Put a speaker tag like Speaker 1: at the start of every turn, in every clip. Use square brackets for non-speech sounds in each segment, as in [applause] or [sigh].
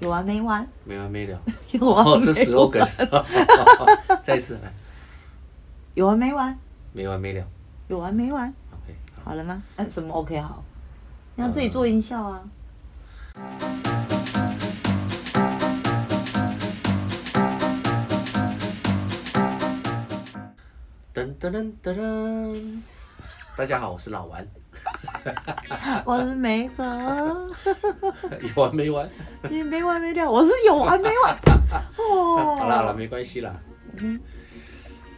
Speaker 1: 有完没完？
Speaker 2: 没完
Speaker 1: [laughs]
Speaker 2: 没了。
Speaker 1: 有完没
Speaker 2: [laughs] 哦
Speaker 1: 完？，
Speaker 2: 这时候梗， [laughs] 哈，再一次来，
Speaker 1: 有完没完？
Speaker 2: 没完没了。
Speaker 1: 有完没完？
Speaker 2: OK，好
Speaker 1: 好了吗？ [laughs] 嗯，什么 OK 好？你要自己做音效啊。
Speaker 2: 噔噔噔噔噔。大家好，我是老丸， [laughs] 嗯
Speaker 1: 我是梅和，
Speaker 2: 有完没完？
Speaker 1: 你没完没了，我是有完没
Speaker 2: [laughs]
Speaker 1: 完？哦，
Speaker 2: 好啦好啦，没关系啦。
Speaker 1: 嗯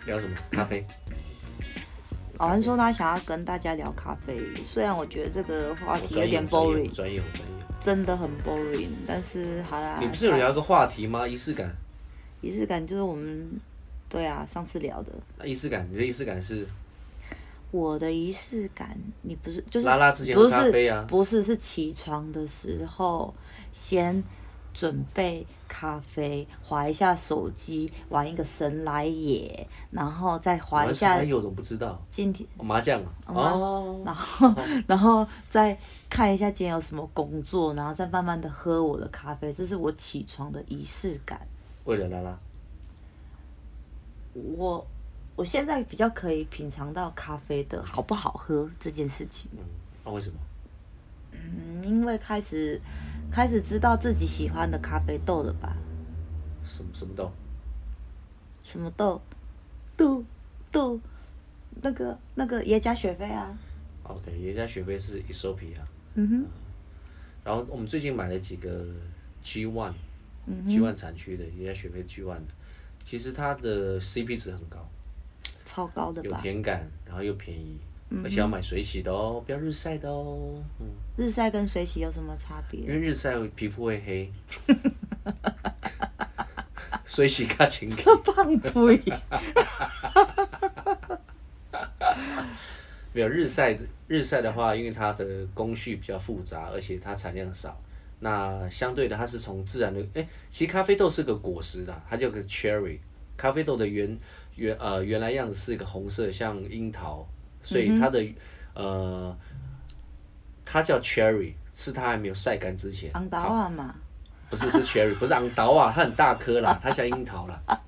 Speaker 2: 聊什么？咖啡。
Speaker 1: 老安说他想要跟大家聊咖啡，虽然我觉得这个话
Speaker 2: 我
Speaker 1: 题啊有
Speaker 2: 专业，
Speaker 1: 点
Speaker 2: 我专业，我
Speaker 1: boring，哎
Speaker 2: 专业，我专业。
Speaker 1: 真的很 boring，但是好啦，
Speaker 2: 你不是有聊一个话题吗？仪式感。
Speaker 1: 仪式感，就是我们对啊上次聊的。
Speaker 2: 那仪式感，你的仪式感是
Speaker 1: 我的仪式感，你不是就是
Speaker 2: 拉拉之前
Speaker 1: 不
Speaker 2: 喝
Speaker 1: 是
Speaker 2: 咖啡啊
Speaker 1: 不是是起床的时候先准备咖啡，划一下手机，玩一个神来也，然后再划一下
Speaker 2: 玩什么哎有怎么不知道？
Speaker 1: 今天，
Speaker 2: 哦麻将啊。
Speaker 1: 麻
Speaker 2: 哦。
Speaker 1: 然后然后再看一下今天有什么工作，然后再慢慢的喝我的咖啡，这是我起床的仪式感。
Speaker 2: 为了拉拉。
Speaker 1: 我我现在比较可以品尝到咖啡的好不好喝这件事情。
Speaker 2: 嗯。那为什么？
Speaker 1: 嗯，因为开始开始知道自己喜欢的咖啡豆了吧？
Speaker 2: 什么什么豆？
Speaker 1: 什么豆？豆豆，那个那个耶加雪菲啊，
Speaker 2: OK，人家学费是 e s o p i a
Speaker 1: 嗯哼，
Speaker 2: 然后我们最近买了几个 G One、G One 产区的，人家学费 G One 的，其实它的 CP 值很高，
Speaker 1: 超高的
Speaker 2: 有
Speaker 1: 吧？
Speaker 2: 甜感，然后又便宜，而且要买水洗的哦，不要日晒的哦，嗯，
Speaker 1: 日晒跟水洗有什么差
Speaker 2: 因
Speaker 1: 别？
Speaker 2: 为日晒皮肤会黑， [laughs] 水洗卡情感，
Speaker 1: 胖腿，
Speaker 2: [laughs] 没有日晒日晒的话，因为它的工序比较复杂，而且它产量少。那相对的，它是从自然的，哎、其实咖啡豆是个果实的，它叫个 cherry。咖啡豆的原原呃原来样子是一个红色，像樱桃，所以它的、呃，它叫 cherry，是它还没有晒干之前。
Speaker 1: 昂达瓦嘛，
Speaker 2: 不是是 cherry，不是 [laughs] 昂桃啊，它很大颗 [laughs] 啦，它像樱桃啦。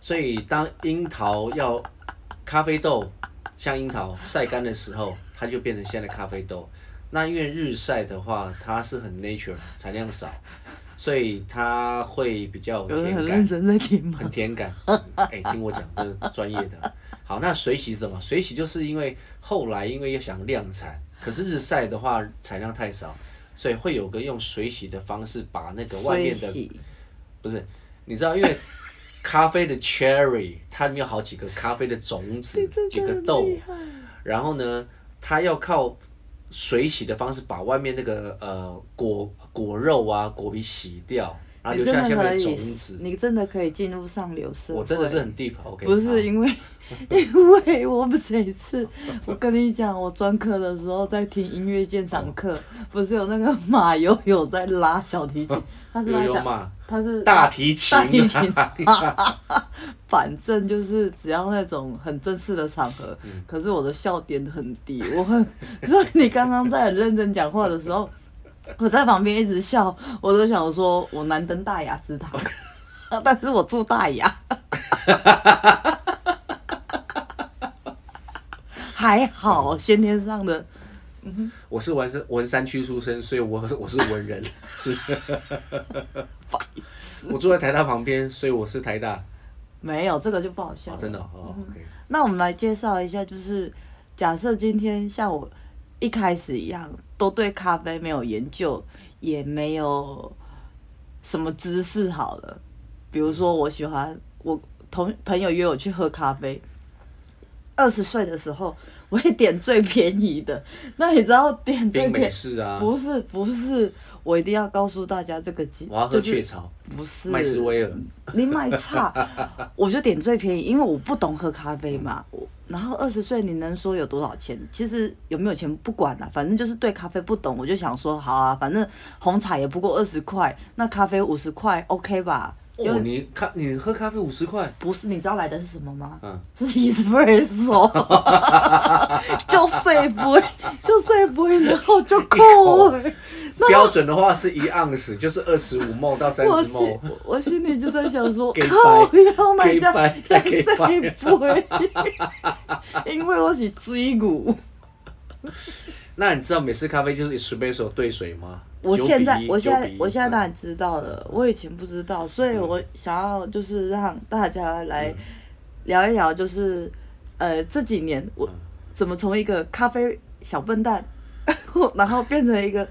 Speaker 2: 所以当樱桃要咖啡豆像樱桃晒干的时候，它就变成现在的咖啡豆。那因为日晒的话，它是很 nature，产量少，所以它会比较有甜感，
Speaker 1: 真在听吗？ [laughs]
Speaker 2: 很甜感。哎、听我讲，这是专业的。好，那水洗是什么？水洗就是因为后来因为要想量产，可是日晒的话产量太少，所以会有个用水洗的方式把那个外
Speaker 1: 水
Speaker 2: 面的
Speaker 1: 洗，
Speaker 2: 不是，你知道，因为咖啡的 cherry [laughs] 它里面有好几个咖啡的种子，几个豆，然后呢，它要靠水洗的方式把外面那个呃果果肉啊果皮洗掉，然后
Speaker 1: 你
Speaker 2: 留下
Speaker 1: 哎真
Speaker 2: 下
Speaker 1: 的
Speaker 2: 面
Speaker 1: 可
Speaker 2: 的种
Speaker 1: 以
Speaker 2: 子，。
Speaker 1: 你真的可以进入上流社会。
Speaker 2: 我真的是很 deep，OK，、
Speaker 1: 不是
Speaker 2: 好
Speaker 1: 因为，因为我每次我跟你讲，我专科的时候在听音乐鉴赏课，不是有那个马友友在拉小提琴，他是在
Speaker 2: 哦有有
Speaker 1: 想，
Speaker 2: 嘛，
Speaker 1: 他是啊
Speaker 2: 大提琴、
Speaker 1: 大提琴，反正就是只要那种很正式的场合，可是我的笑点很低，我很，所以你刚刚在很认真讲话的时候，我在旁边一直笑，我都想说我难登大雅之堂，但是我住大雅，还好先天上的
Speaker 2: [laughs] 我是文山文山区出生，所以我是我是文人。我住在台大旁边，所以我是台大。
Speaker 1: 没有这个就不好笑
Speaker 2: 哦
Speaker 1: 了，，
Speaker 2: 真的哦、o k
Speaker 1: 那我们来介绍一下，就是假设今天像我一开始一样，都对咖啡没有研究，也没有什么知识好了。比如说，我喜欢我同朋友约我去喝咖啡，二十岁的时候我会点最便宜的。那你知道点最
Speaker 2: 冰美
Speaker 1: 便
Speaker 2: 式啊，
Speaker 1: 不是不是，我一定要告诉大家这个机
Speaker 2: 我要，喝
Speaker 1: 就
Speaker 2: 雀
Speaker 1: 是
Speaker 2: 巢、
Speaker 1: 不是
Speaker 2: 麦斯威尔，
Speaker 1: [laughs] 你买差，我就点最便宜，因为我不懂喝咖啡嘛。我然后二十岁，你能说有多少钱？其实有没有钱不管啦、反正就是对咖啡不懂，我就想说好啊，反正红茶也不过二十块，那咖啡五十块，OK 吧？
Speaker 2: 哦，你咖你喝咖啡五十
Speaker 1: [laughs]
Speaker 2: 块，
Speaker 1: 不是，你知道来的是什么吗？
Speaker 2: 嗯
Speaker 1: 是
Speaker 2: [laughs]
Speaker 1: espresso，就是一杯，就是一杯，然后
Speaker 2: [laughs] 哦
Speaker 1: 就够了。
Speaker 2: 标准的话是一盎司，就是二十五梦到三
Speaker 1: 我
Speaker 2: 十
Speaker 1: 心
Speaker 2: 梦。
Speaker 1: 我心里就在想说，
Speaker 2: [laughs] 给掰
Speaker 1: 靠，要买
Speaker 2: 给
Speaker 1: 家
Speaker 2: 掰
Speaker 1: 再
Speaker 2: 再给
Speaker 1: 再一杯，因为我是追骨。
Speaker 2: 那你知道美式咖啡就是十杯手兑水吗？
Speaker 1: 我
Speaker 2: 9
Speaker 1: 现在
Speaker 2: 比，一
Speaker 1: 我现
Speaker 2: 9
Speaker 1: 在
Speaker 2: 比，一
Speaker 1: 我现在当
Speaker 2: 嗯
Speaker 1: 然知道了，我以前不知道，所以我想要就是让大家来
Speaker 2: 嗯
Speaker 1: 聊一聊，就是呃这几年我
Speaker 2: 嗯
Speaker 1: 怎么从一个咖啡小笨蛋，然后变成一个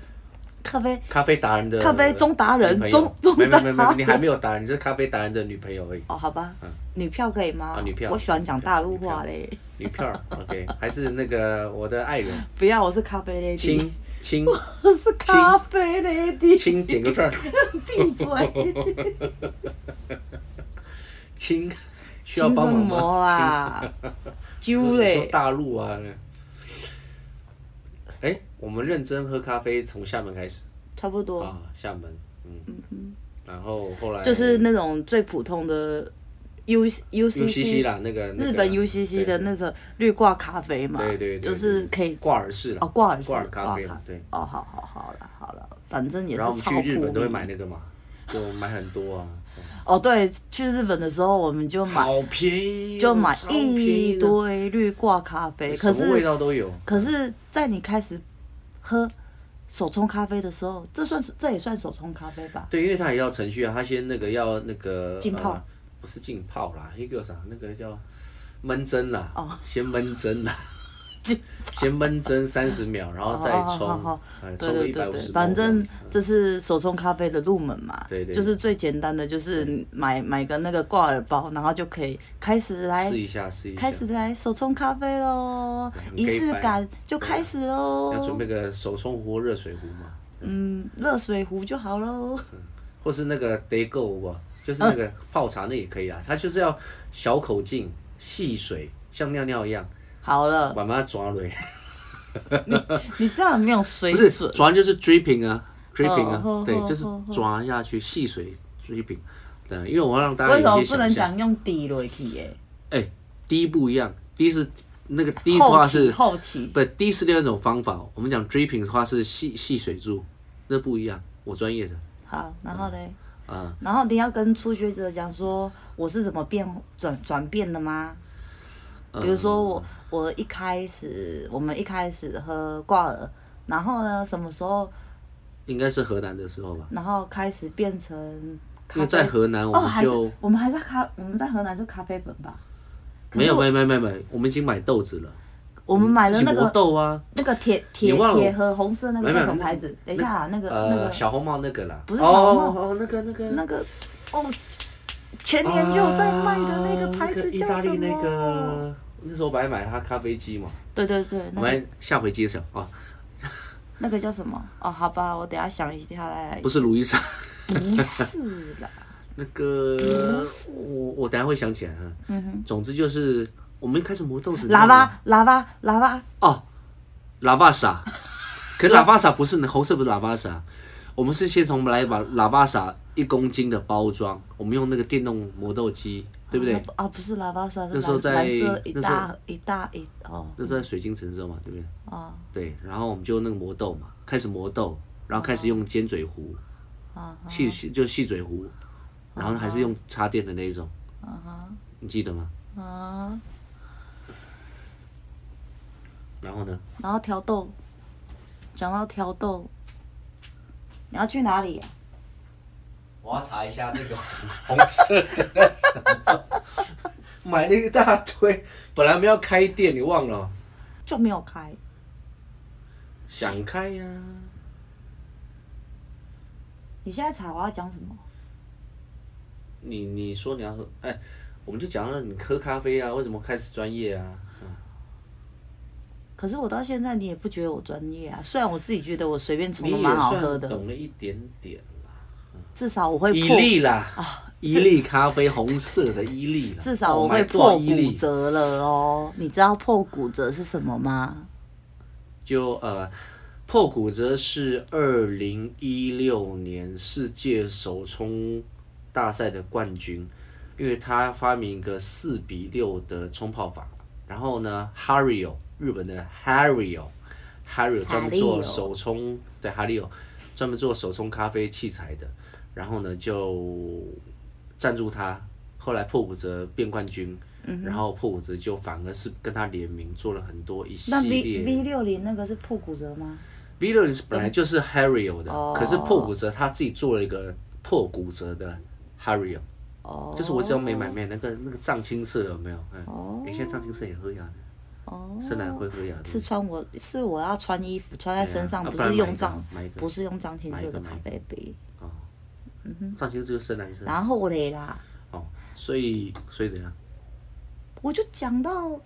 Speaker 1: 咖啡
Speaker 2: 咖啡达人的
Speaker 1: 咖啡中达人
Speaker 2: 女朋友
Speaker 1: 中中
Speaker 2: 没
Speaker 1: 达
Speaker 2: 没没没，你还没有达人，你是咖啡达人的女朋友而已，
Speaker 1: 哦，好吧
Speaker 2: 嗯，
Speaker 1: 女票可以吗
Speaker 2: 啊？女票
Speaker 1: 我喜欢讲大陆
Speaker 2: 女票
Speaker 1: 话嘞，
Speaker 2: 女票
Speaker 1: [laughs]
Speaker 2: 儿 OK，还是那个我的爱人
Speaker 1: 不要，我是咖啡 lady。
Speaker 2: 亲亲
Speaker 1: 我 [laughs] 是咖啡 lady，
Speaker 2: 亲点
Speaker 1: [laughs]
Speaker 2: 个赞，
Speaker 1: 闭嘴！
Speaker 2: 亲 [laughs] 需要帮忙
Speaker 1: [laughs] 亲什么
Speaker 2: 吗？
Speaker 1: 啦？
Speaker 2: 亲
Speaker 1: 揪
Speaker 2: 你说
Speaker 1: 嘞！
Speaker 2: 大陆啊。哎，我们认真喝咖啡，从厦门开始
Speaker 1: 差不多，
Speaker 2: 啊，厦门，嗯，然后后来
Speaker 1: 哦就是那种最普通的 U U C
Speaker 2: UCC
Speaker 1: C
Speaker 2: 啦，那个那个
Speaker 1: 日本 U C C 的那个绿挂咖啡嘛，
Speaker 2: 对对对，
Speaker 1: 就是
Speaker 2: 对
Speaker 1: 可以
Speaker 2: 挂耳式啦
Speaker 1: 哦挂耳式
Speaker 2: 挂耳咖啡
Speaker 1: 挂耳
Speaker 2: 啦，对。
Speaker 1: 哦，好好好了好了，反正也是
Speaker 2: 然后我们
Speaker 1: 超
Speaker 2: 去日本都会买
Speaker 1: 酷。
Speaker 2: 那个嘛，就买很多
Speaker 1: [laughs]
Speaker 2: 啊，
Speaker 1: 哦，对，去日本的时候我们就买
Speaker 2: 好便宜哦，
Speaker 1: 就买
Speaker 2: 超便宜
Speaker 1: 一
Speaker 2: 的，
Speaker 1: 堆绿挂咖啡，可
Speaker 2: 什么味
Speaker 1: 是
Speaker 2: 道都有。
Speaker 1: 可是，在你开始喝手冲咖啡的时候，这算是这也算手冲咖啡吧？
Speaker 2: 对，因为它也要程序啊，它先那个要那个
Speaker 1: 浸泡
Speaker 2: 呃不是浸泡啦，一个啥那个叫焖蒸啦，
Speaker 1: 哦
Speaker 2: 先焖蒸啦
Speaker 1: [laughs] 浸，
Speaker 2: 先焖蒸三十秒，然后再
Speaker 1: 哦好
Speaker 2: 冲
Speaker 1: 好好，
Speaker 2: 呃
Speaker 1: 对
Speaker 2: 冲个
Speaker 1: 对
Speaker 2: 一百
Speaker 1: 对
Speaker 2: 五
Speaker 1: 对
Speaker 2: 十，，
Speaker 1: 反正这是手冲咖啡的入门嘛，
Speaker 2: 对对
Speaker 1: 就是最简单的，就是买买个那个挂耳包，然后就可以开始来
Speaker 2: 试一下试一下
Speaker 1: 开，始来手冲咖啡喽，
Speaker 2: 很
Speaker 1: 仪式
Speaker 2: gay 掰
Speaker 1: 感就开始
Speaker 2: 啊要准
Speaker 1: 喽，
Speaker 2: 备个手冲壶、热水壶嘛，
Speaker 1: 嗯，热水壶就好喽，
Speaker 2: 或是那个 day go 吧，啊就是那
Speaker 1: 嗯
Speaker 2: 个泡茶那也可以啦，它就是要小口径、细水，像尿尿一样，
Speaker 1: 好
Speaker 2: [laughs]
Speaker 1: 了，
Speaker 2: 把它抓蕊，
Speaker 1: 哎你这样没有水
Speaker 2: 不是
Speaker 1: 准，
Speaker 2: 抓就是 dripping 啊，dripping
Speaker 1: 哦哦
Speaker 2: 啊，对
Speaker 1: 哦，
Speaker 2: 就是
Speaker 1: 哦哦
Speaker 2: 抓下去细水 dripping，对，因为我要让大家
Speaker 1: 为什
Speaker 2: 有
Speaker 1: 么
Speaker 2: 一些
Speaker 1: 不能
Speaker 2: 想象，
Speaker 1: 讲用滴落去耶？
Speaker 2: 哎，滴不一样，滴是那个滴的
Speaker 1: 后
Speaker 2: 话
Speaker 1: 期
Speaker 2: 是，
Speaker 1: 后期
Speaker 2: 不滴是另外一种方法，我们讲 dripping 的话是细细水柱，那不一样，我专业的
Speaker 1: 好，然后嘞。
Speaker 2: 啊。
Speaker 1: 然后你要跟初学者讲说我是怎么变转转变的吗？
Speaker 2: 呃
Speaker 1: 比如说我我一开始我们一开始喝挂耳，然后呢什么时候，
Speaker 2: 应该是河南的时候吧，
Speaker 1: 然后开始变成
Speaker 2: 因
Speaker 1: 咖
Speaker 2: 为在
Speaker 1: 啡
Speaker 2: 河南我
Speaker 1: 哦，还
Speaker 2: 们就是
Speaker 1: 我们还在咖我们在河南是咖啡粉吧？
Speaker 2: 没有没有没有没有没有，我们已经买豆子了，嗯
Speaker 1: 我们买了那
Speaker 2: 磨
Speaker 1: 个
Speaker 2: 豆啊，
Speaker 1: 那个铁铁
Speaker 2: 你忘了
Speaker 1: 铁盒红色那个
Speaker 2: 没有
Speaker 1: 叫什么
Speaker 2: 没有
Speaker 1: 牌子？等一下啊，那个那
Speaker 2: 呃，
Speaker 1: 个
Speaker 2: 小红帽那个啦，
Speaker 1: 不是小红帽
Speaker 2: 哦哦，那个那个
Speaker 1: 那个哦，前年就有在卖的那个
Speaker 2: 啊
Speaker 1: 牌子
Speaker 2: 那个意
Speaker 1: 叫
Speaker 2: 大
Speaker 1: 什
Speaker 2: 利那
Speaker 1: 么？
Speaker 2: 个，那时候我本来买它咖啡机嘛，
Speaker 1: 对对对，
Speaker 2: 我
Speaker 1: 那个
Speaker 2: 们下回揭晓啊，
Speaker 1: 那个叫什么？哦，好吧，我等一下想一下来。
Speaker 2: 不是卢伊莎，
Speaker 1: 不是啦，
Speaker 2: [laughs] 那个我我等下会想起来啊，
Speaker 1: 嗯哼，
Speaker 2: 总之就是我们开始磨豆子，
Speaker 1: 喇叭，喇叭，喇叭，
Speaker 2: 哦，喇叭撒，可是喇叭撒不是红色，不是喇叭撒，我们是先从来把喇叭撒一公斤的包装，我们用那个电动磨豆机，对不对？
Speaker 1: 啊，不是喇叭沙，是
Speaker 2: 那时候
Speaker 1: 蓝
Speaker 2: 在
Speaker 1: 蓝色一
Speaker 2: 那时候
Speaker 1: 大一大一哦
Speaker 2: 那是在水晶城市嘛，对不对？
Speaker 1: 哦
Speaker 2: 对，然后我们就那个磨豆嘛，开始磨豆，然后开始用尖嘴壶，
Speaker 1: 啊
Speaker 2: 细细就细嘴壶，然后还是用插电的那一种，
Speaker 1: 啊
Speaker 2: 你记得吗？
Speaker 1: 哈啊，
Speaker 2: 然后呢？
Speaker 1: 然后挑豆，讲到挑豆，你要去哪里啊呀、
Speaker 2: 我要查一下那个红色的那什么，买了一大堆， [laughs] 本来没有开店，你忘了哦？
Speaker 1: 就没有开，
Speaker 2: 想开呀、
Speaker 1: 你现在查我要讲什么？
Speaker 2: 你你说你要喝，哎，我们就讲了你喝咖啡啊，为什么开始专业啊？
Speaker 1: 可是我到现在你也不觉得我专业啊，虽然我自己觉得我随便冲
Speaker 2: 你
Speaker 1: 都
Speaker 2: 也
Speaker 1: 蛮好
Speaker 2: 算
Speaker 1: 喝的，
Speaker 2: 懂了一点点啦，
Speaker 1: 至少我会
Speaker 2: 伊
Speaker 1: 破，啊
Speaker 2: 利啦，伊利咖啡红色的伊利啦，
Speaker 1: 至少我
Speaker 2: 哦买
Speaker 1: 会
Speaker 2: 多少
Speaker 1: 破
Speaker 2: 伊
Speaker 1: 骨
Speaker 2: 利，
Speaker 1: 折了哦。你知道破骨折是什么吗？
Speaker 2: 就呃。破骨折是二零一六年世界手冲大赛的冠军，因为他发明一个四比六的冲泡法。然后呢，Hario 日本的 Hario，Hario 专门做
Speaker 1: Hario
Speaker 2: 手冲，对 Hario 专门做手冲咖啡器材的。然后呢，就赞助他，后来破骨折变冠军，然后破骨折就反而是跟他联名做了很多一系
Speaker 1: 那 V
Speaker 2: 列
Speaker 1: V 六零那个是破骨折吗？
Speaker 2: V 六零是本来就是 Hario 的，
Speaker 1: 哦
Speaker 2: 可是破骨折他自己做了一个破骨折的 Hario，、
Speaker 1: 哦，
Speaker 2: 就是我只有没买卖那个那个藏青色有没有？嗯，
Speaker 1: 哦
Speaker 2: 诶现在藏青色也喝牙的，
Speaker 1: 哦，
Speaker 2: 深蓝会喝牙的，
Speaker 1: 是穿我是我要穿衣服穿在身上，
Speaker 2: 对啊
Speaker 1: 不
Speaker 2: 啊然
Speaker 1: 是
Speaker 2: 买一
Speaker 1: 用
Speaker 2: 个
Speaker 1: 张
Speaker 2: 买一个
Speaker 1: 不是用张清
Speaker 2: 买一
Speaker 1: 澈
Speaker 2: 个
Speaker 1: 的
Speaker 2: 买
Speaker 1: 咖
Speaker 2: 一个
Speaker 1: 啡杯，
Speaker 2: 啊，藏青色就是深蓝色
Speaker 1: 然后嘞啦，
Speaker 2: 哦，所以所以怎样？
Speaker 1: 我就讲到我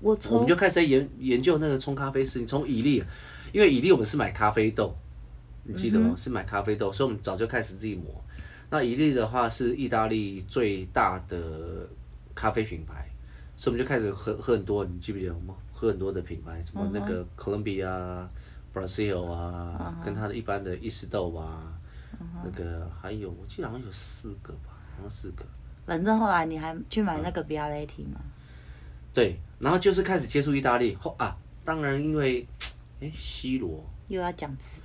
Speaker 2: 我
Speaker 1: 从
Speaker 2: 们就开始在研研究那个冲咖啡事情，从以利，因为以利我们是买咖啡豆，你记得吗？是买咖啡豆，所以我们早就开始自己磨。那以利的话是意大利最大的咖啡品牌，所以我们就开始喝喝很多，你记不记得我们喝很多的品牌，什么那个 Colombia、Brazil 啊，跟它的一般的意式豆啊，那个还有我记得好像有四个吧，好像四个。
Speaker 1: 反正后来你还去买那个
Speaker 2: 嗯
Speaker 1: 比亚雷提嘛，
Speaker 2: 对，然后就是开始接触意大利后啊，当然因为，哎，C 罗，
Speaker 1: 又要讲吃，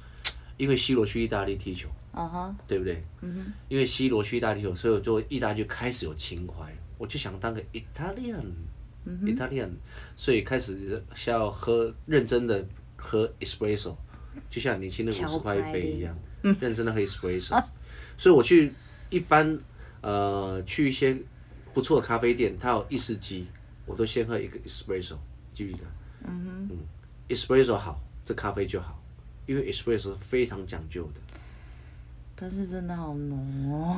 Speaker 2: 因为 C 罗去意大利踢球，
Speaker 1: 嗯哼，
Speaker 2: 对不对？嗯、因为 C 罗去意大利踢球，所以我就意大利就开始有情怀，我就想当个 Italian，Italian，、所以开始是要喝认真的喝 espresso，就像年轻的五十
Speaker 1: 乔
Speaker 2: 块一
Speaker 1: 白
Speaker 2: 杯
Speaker 1: 琳
Speaker 2: 一样，认真的喝 espresso，所以我去一般呃去一些不错的咖啡店，它有意式机，我都先喝一个 espresso，记不记得？嗯 espresso 好，这咖啡就好，因为 espresso 非常讲究的。
Speaker 1: 但是真的好浓哦，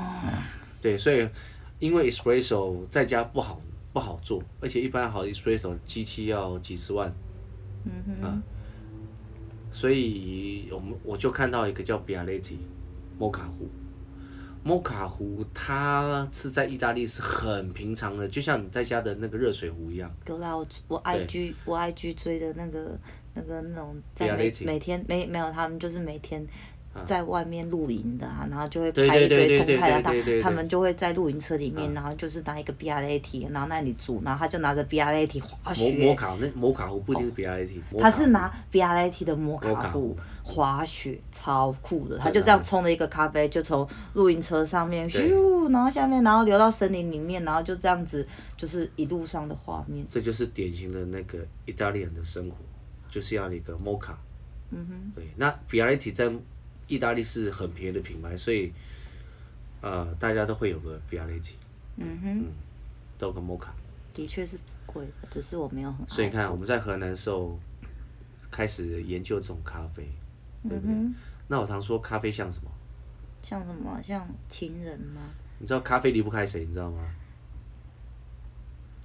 Speaker 2: 对，所以因为 espresso 在家不好不好做，而且一般好的 espresso 机器要几十万，啊
Speaker 1: 嗯哼，
Speaker 2: 所以我们我就看到一个叫 b i a l e t i 摩卡壶。摩卡壶它是在意大利是很平常的，就像你在家的那个热水壶一样。
Speaker 1: 有啦，我我 IG 我 IG 追的那个那个那种在
Speaker 2: Via
Speaker 1: 每
Speaker 2: Lady
Speaker 1: 每天没没有他们就是每天在外面露营的啊，然后就会
Speaker 2: 啊对
Speaker 1: 拍一
Speaker 2: 对对
Speaker 1: 堆
Speaker 2: 对
Speaker 1: 动态啊，
Speaker 2: 对对对对啊
Speaker 1: 他他们就会在露营车里面，然后就是拿一个 B R A T，然后那里煮，然后他就拿着 B R A T 滑
Speaker 2: 摩摩
Speaker 1: 雪，
Speaker 2: 卡那摩卡壶不一定是 b i a l e t i
Speaker 1: 他哦是拿 B R A T 的摩
Speaker 2: 摩卡
Speaker 1: 卡
Speaker 2: 壶
Speaker 1: 壶滑雪，超酷的，他就这样冲了一个咖啡，就从露营车上面
Speaker 2: 对
Speaker 1: 咻，然后下面，然后流到森林里面，然后就这样子，就是一路上的画面，
Speaker 2: 这就是典型的那个意大利人的生活，就是要一个 mocha。嗯哼。对，那 b i a l e t i 在意大利是很便宜的品牌，所以呃，大家都会有个 b i a l e t i
Speaker 1: 嗯哼，
Speaker 2: 都有个 mocha。
Speaker 1: 的确是不贵的，只是我没有很爱
Speaker 2: 所以你看，我们在河南的时候开始研究这种咖啡，对不对？
Speaker 1: 嗯
Speaker 2: 那我常说咖啡像什么？
Speaker 1: 像什么啊像情人吗？
Speaker 2: 你知道咖啡离不开谁，你知道吗？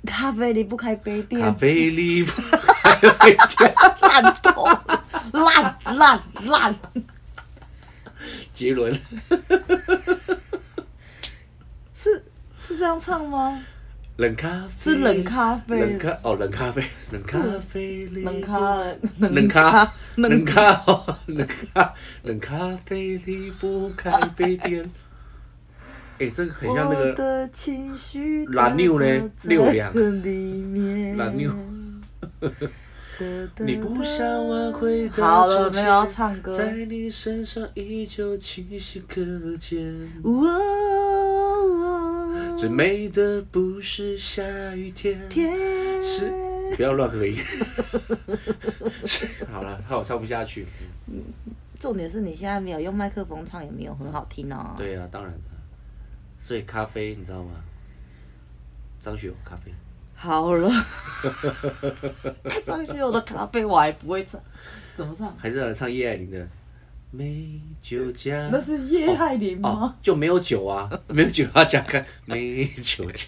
Speaker 1: 咖啡离不开杯垫，
Speaker 2: 咖啡离不
Speaker 1: 烂透了， [laughs] 烂烂烂，
Speaker 2: [laughs] 杰伦，
Speaker 1: 是是这样唱吗？
Speaker 2: 冷咖啡
Speaker 1: 是冷咖啡
Speaker 2: 冷咖哦，冷咖啡，冷咖啡离不
Speaker 1: 冷咖
Speaker 2: 冷咖，冷
Speaker 1: 冷
Speaker 2: 咖， [laughs] 哦冷咖，冷咖啡离不开杯垫。
Speaker 1: [laughs]
Speaker 2: 哎、这个很像那
Speaker 1: 我
Speaker 2: 个
Speaker 1: 的情绪
Speaker 2: 蓝妞嘞
Speaker 1: 都在
Speaker 2: 六两
Speaker 1: 里面
Speaker 2: 蓝妞。
Speaker 1: 得得
Speaker 2: 你不想挽回的
Speaker 1: 好了没
Speaker 2: 从，前
Speaker 1: 有要唱歌。
Speaker 2: 在你身上依旧清晰可见，
Speaker 1: 哦，
Speaker 2: 最美的不是下雨天，
Speaker 1: 天
Speaker 2: 是不要乱合
Speaker 1: [laughs]
Speaker 2: 音。 [laughs] 是好了，害我唱不下去。
Speaker 1: 重点是你现在没有用麦克风唱，也没有很好听啊。
Speaker 2: 对啊，当然的。所以咖啡，你知道吗？张学友咖啡。
Speaker 1: 好了，上去我的咖啡我还不会唱，怎么唱？
Speaker 2: 还是来唱叶爱玲的《美酒加》，
Speaker 1: 那是叶爱玲
Speaker 2: 哦
Speaker 1: 吗？，
Speaker 2: 就没有酒啊， [laughs] 没有酒要加咖，美酒加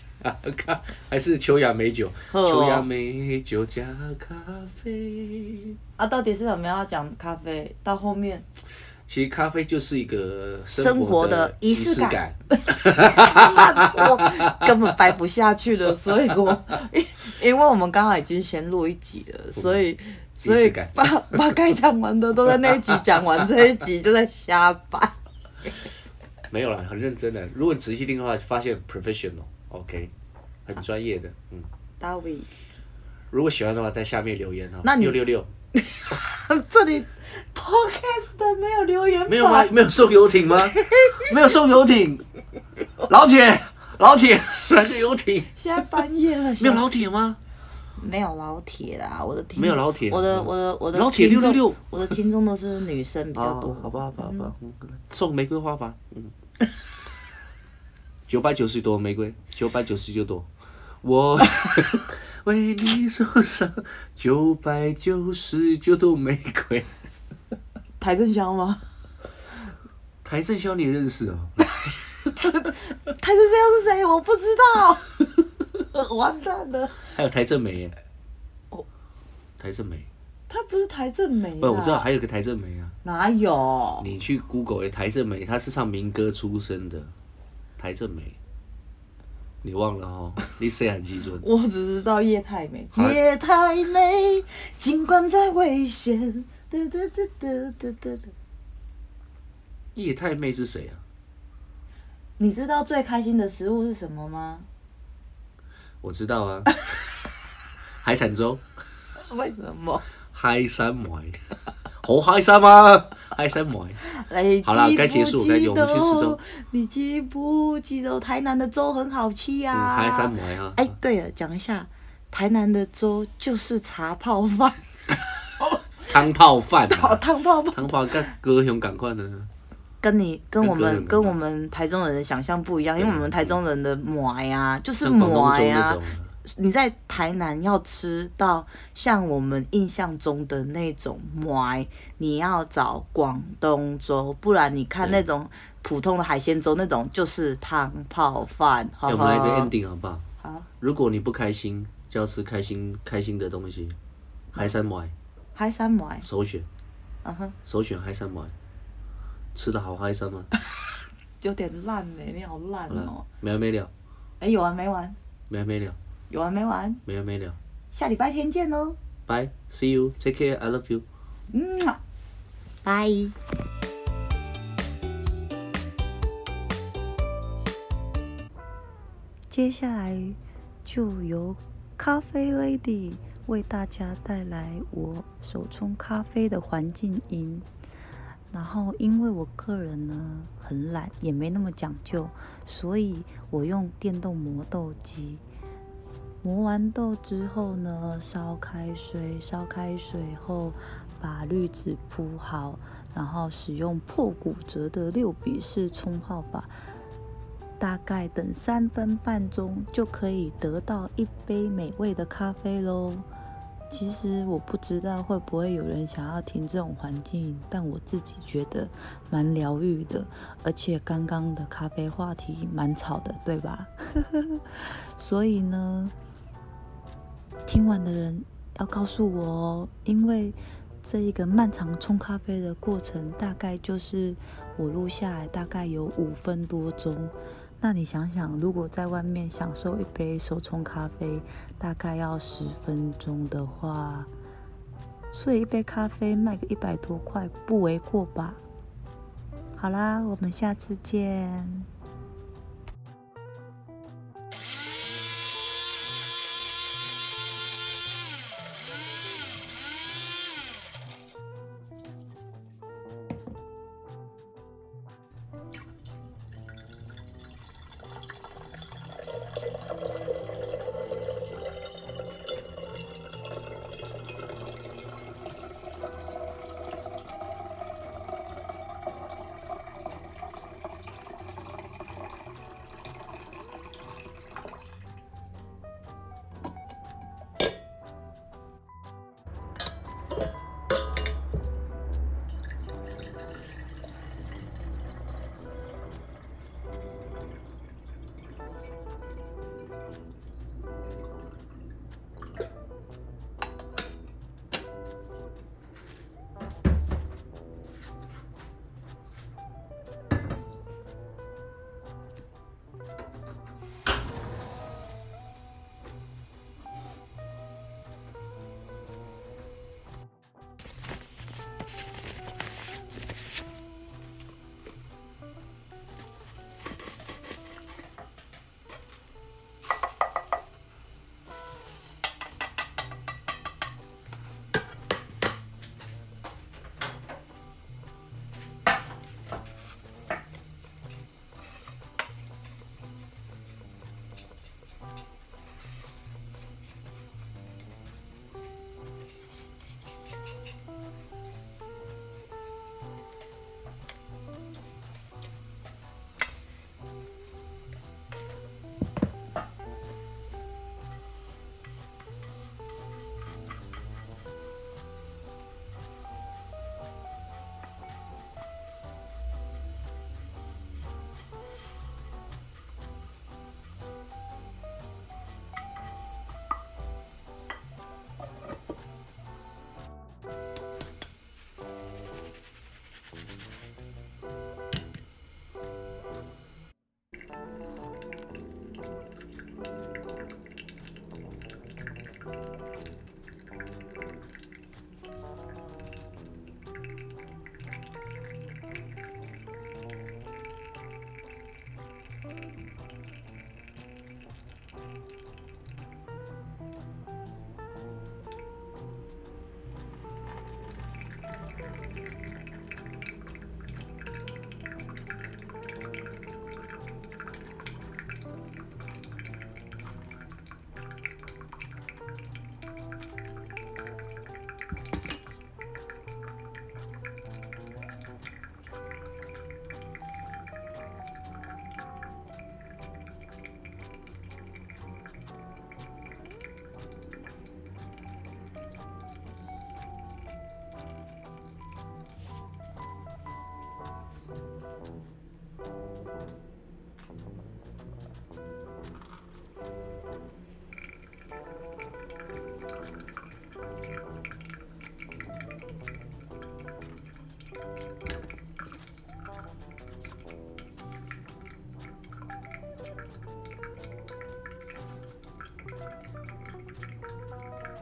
Speaker 2: 咖， [laughs] 还是秋雅美酒，
Speaker 1: 哦
Speaker 2: 秋雅美酒加咖啡。
Speaker 1: 啊，到底是有没有要讲咖啡？到后面 [laughs]
Speaker 2: 其实咖啡就是一个
Speaker 1: 生活
Speaker 2: 的
Speaker 1: 的
Speaker 2: 仪
Speaker 1: 仪
Speaker 2: 式
Speaker 1: 式感，我根本掰不下去了，所以我因因为我们刚好已经先录一集了，所以
Speaker 2: 仪
Speaker 1: 所
Speaker 2: 式
Speaker 1: 以
Speaker 2: 感
Speaker 1: 把
Speaker 2: [laughs]
Speaker 1: 把该讲完的都在那一集讲完，这一集就在瞎掰。
Speaker 2: 没有啦，很认真的。如果你仔细听的话，发现 professional，OK，、很专业的。嗯，
Speaker 1: 大卫， [laughs]
Speaker 2: 如果喜欢的话，在下面留言哈。
Speaker 1: 那你
Speaker 2: 六六六
Speaker 1: 这里 podcast 的没有留言板
Speaker 2: 没有吗？没有送游艇 [laughs] 吗？没有送游艇，老铁，老铁，来个游艇。
Speaker 1: 现在半夜了，
Speaker 2: 没有老铁吗？
Speaker 1: 没有老铁啦，我的听
Speaker 2: 没有老铁嗯
Speaker 1: 我的我的我的
Speaker 2: 老铁
Speaker 1: 听众
Speaker 2: 666，
Speaker 1: 我的听众都是女生比较多
Speaker 2: 哦，好吧，好吧，好吧，嗯送玫瑰花吧，嗯，九百九十朵玫瑰，九百九十九朵， [laughs] 我为你受伤，九百九十九朵玫瑰。
Speaker 1: 台正香吗？
Speaker 2: 台正宵你认识哦？
Speaker 1: 台正香是谁？我不知道， [laughs] 完蛋了，
Speaker 2: 还有台正美耶，
Speaker 1: 哦
Speaker 2: 台正美，
Speaker 1: 她不是台正美啊啦，
Speaker 2: 不，我知道还有个台正美啊，
Speaker 1: 哪有？
Speaker 2: 你去 Google 耶台正美，她是唱民歌出身的，台正美，你忘了哦？你谁很
Speaker 1: [laughs]
Speaker 2: 记住？
Speaker 1: 我只知道夜太美，
Speaker 2: 好
Speaker 1: 夜太美，尽管再危险。哒哒哒哒哒哒哒
Speaker 2: 叶太妹是谁啊？
Speaker 1: 你知道最开心的食物是什么吗？
Speaker 2: 我知道啊，海产粥，
Speaker 1: 为什么？
Speaker 2: 海山梅，好海山啊，海山梅，
Speaker 1: 哎，
Speaker 2: 好啦
Speaker 1: 记不
Speaker 2: 该结束该
Speaker 1: 记
Speaker 2: 我们去吃
Speaker 1: 得
Speaker 2: 粥
Speaker 1: 哦。你记不记得台南的粥很好吃呀、
Speaker 2: 嗯，
Speaker 1: 啊？
Speaker 2: 海山梅啊，
Speaker 1: 哎，对了，讲一下，台南的粥就是茶泡饭， [laughs]
Speaker 2: 汤泡饭
Speaker 1: 哦，
Speaker 2: 啊，
Speaker 1: 汤泡饭，
Speaker 2: 汤泡跟高雄赶快呢，
Speaker 1: 跟你跟我们
Speaker 2: 跟
Speaker 1: 跟
Speaker 2: 个
Speaker 1: 我
Speaker 2: 人
Speaker 1: 们台中人的想象不一样，因为我们台中人的馍呀，就是
Speaker 2: 像广东
Speaker 1: 馍
Speaker 2: 粥
Speaker 1: 呀
Speaker 2: 那种，啊，
Speaker 1: 你在台南要吃到像我们印象中的那种馍，你要找广东粥，不然你看那种普通的海鲜粥，那种就是汤泡饭，好
Speaker 2: 要
Speaker 1: 不
Speaker 2: 不哎来个
Speaker 1: 好？
Speaker 2: ending 好不好？
Speaker 1: 好，
Speaker 2: 如果你不开心，就要吃开心开心的东西，海山梅
Speaker 1: 海山馍，
Speaker 2: 首选
Speaker 1: 嗯哼，
Speaker 2: 首选海山梅，吃的好海山吗？
Speaker 1: 有点烂呢、你好烂
Speaker 2: 好
Speaker 1: [laughs]
Speaker 2: 了
Speaker 1: 哦、，
Speaker 2: 没完没了，
Speaker 1: 哎、有完没完？
Speaker 2: 没完没了，
Speaker 1: 有完没完？
Speaker 2: 没完没了，
Speaker 1: 下礼拜天见哦喽，
Speaker 2: 拜，see you，take care，I love you。
Speaker 1: 嗯，拜。接下来就由咖啡 Lady 为大家带来我手冲咖啡的环境音。然后，因为我个人呢很懒，也没那么讲究，所以我用电动磨豆机。磨完豆之后呢，烧开水，烧开水后把滤纸铺好，然后使用破骨折的六比式冲泡法，大概等三分半钟就可以得到一杯美味的咖啡喽。其实我不知道会不会有人想要听这种环境，但我自己觉得蛮疗愈的，而且刚刚的咖啡话题蛮吵的，对吧？ [laughs] 所以呢，听完的人要告诉我哦，因为这一个漫长冲咖啡的过程，大概就是我录下来大概有五分多钟。那你想想，如果在外面享受一杯手冲咖啡，大概要十分钟的话，所以一杯咖啡卖个一百多块不为过吧？好啦，我们下次见。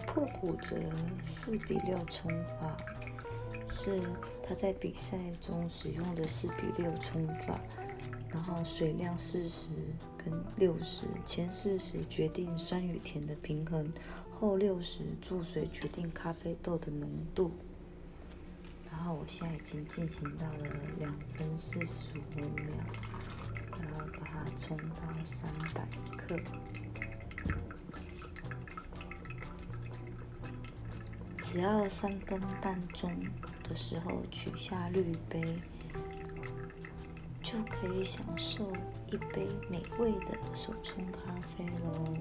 Speaker 1: 库古则四比六冲法是他在比赛中使用的四比六冲法，然后水量四十跟六十，前四十决定酸与甜的平衡，后六十注水决定咖啡豆的浓度。然后我现在已经进行到了两分四十五秒，然后把它冲到三百克。只要三更半钟的时候取下滤杯，就可以享受一杯美味的手冲咖啡喽。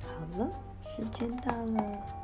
Speaker 1: 好了，时间到了。